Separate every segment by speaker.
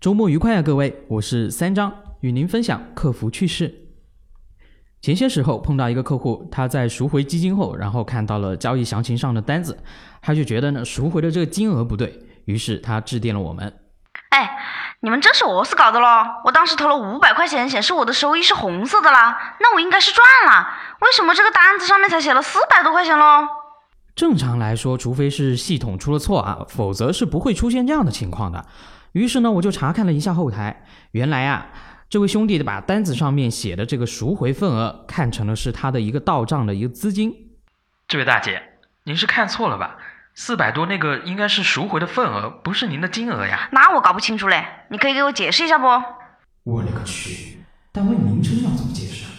Speaker 1: 周末愉快啊，各位！我是三张，与您分享客服趣事。前些时候碰到一个客户，他在赎回基金后，然后看到了交易详情上的单子，他就觉得呢赎回的这个金额不对，于是他致电了我们。
Speaker 2: 哎，你们真是我死搞的喽！我当时投了五百块钱，显示我的收益是红色的啦，那我应该是赚啦。为什么这个单子上面才写了四百多块钱喽？
Speaker 1: 正常来说，除非是系统出了错啊，否则是不会出现这样的情况的。于是呢，我就查看了一下后台，原来啊，这位兄弟把单子上面写的这个赎回份额看成了是他的一个到账的一个资金。
Speaker 3: 这位大姐，您是看错了吧？四百多那个应该是赎回的份额，不是您的金额呀。
Speaker 2: 那我搞不清楚嘞，你可以给我解释一下不？
Speaker 1: 我勒个去！单位名称要怎么解释？啊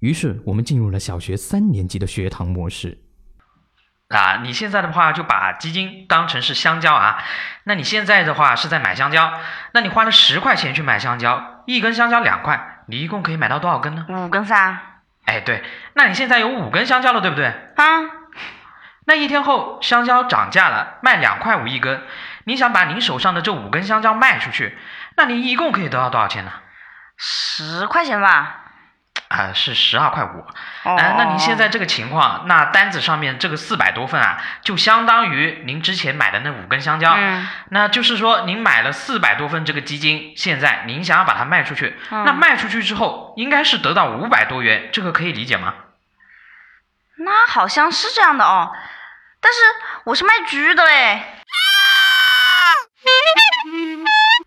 Speaker 1: 于是我们进入了小学三年级的学堂模式。
Speaker 3: 啊，你现在的话就把基金当成是香蕉啊，那你现在的话是在买香蕉，那你花了十块钱去买香蕉，一根香蕉两块，你一共可以买到多少根呢？
Speaker 2: 五跟三。
Speaker 3: 哎，对，那你现在有五根香蕉了，对不对？
Speaker 2: 嗯，
Speaker 3: 那一天后香蕉涨价了，卖两块五一根，你想把你手上的这五根香蕉卖出去，那你一共可以得到多少钱呢？
Speaker 2: 十块钱吧。
Speaker 3: 啊，是十二块五。
Speaker 2: 哦、
Speaker 3: 哎，那您现在这个情况，那单子上面这个四百多份啊，就相当于您之前买的那五根香蕉。
Speaker 2: 嗯
Speaker 3: 那就是说，您买了四百多份这个基金，现在您想要把它卖出去，
Speaker 2: 嗯
Speaker 3: 那卖出去之后应该是得到五百多元，这个可以理解吗？
Speaker 2: 那好像是这样的哦，但是我是卖猪的嘞。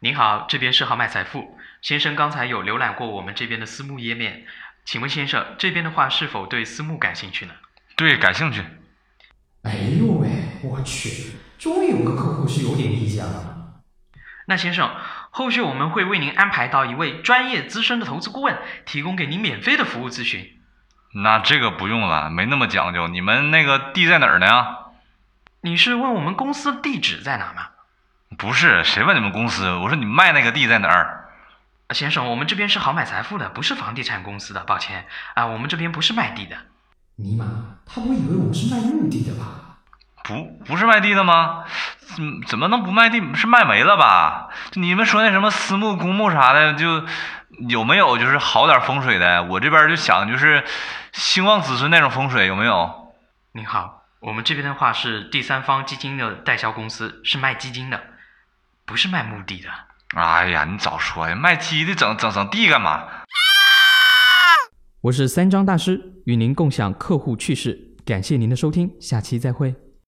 Speaker 3: 您好，这边是豪迈财富先生，刚才有浏览过我们这边的私募页面，请问先生这边的话是否对私募感兴趣呢？
Speaker 4: 对，感兴趣。
Speaker 1: 哎呦喂，我去！终于有个客户是有点意见了。
Speaker 3: 那先生，后续我们会为您安排到一位专业资深的投资顾问，提供给您免费的服务咨询。
Speaker 4: 那这个不用了，没那么讲究。你们那个地在哪儿呢？
Speaker 3: 你是问我们公司的地址在哪吗？
Speaker 4: 不是，谁问你们公司？我说你们卖那个地在哪儿？
Speaker 3: 啊先生，我们这边是豪买财富的，不是房地产公司的，抱歉啊，我们这边不是卖地的。
Speaker 1: 尼玛，他不会以为我是卖墓地的吧？
Speaker 4: 不，不是卖地的吗？怎怎么能不卖地？是卖没了吧？你们说那什么私募、公募啥的，就有没有就是好点风水的？我这边就想就是兴旺子孙那种风水有没有？
Speaker 3: 您好，我们这边的话是第三方基金的代销公司，是卖基金的，不是卖墓地的。
Speaker 4: 哎呀，你早说呀！卖鸡的整整整地干嘛？
Speaker 1: 我是三张大师，与您共享客户趣事。感谢您的收听，下期再会。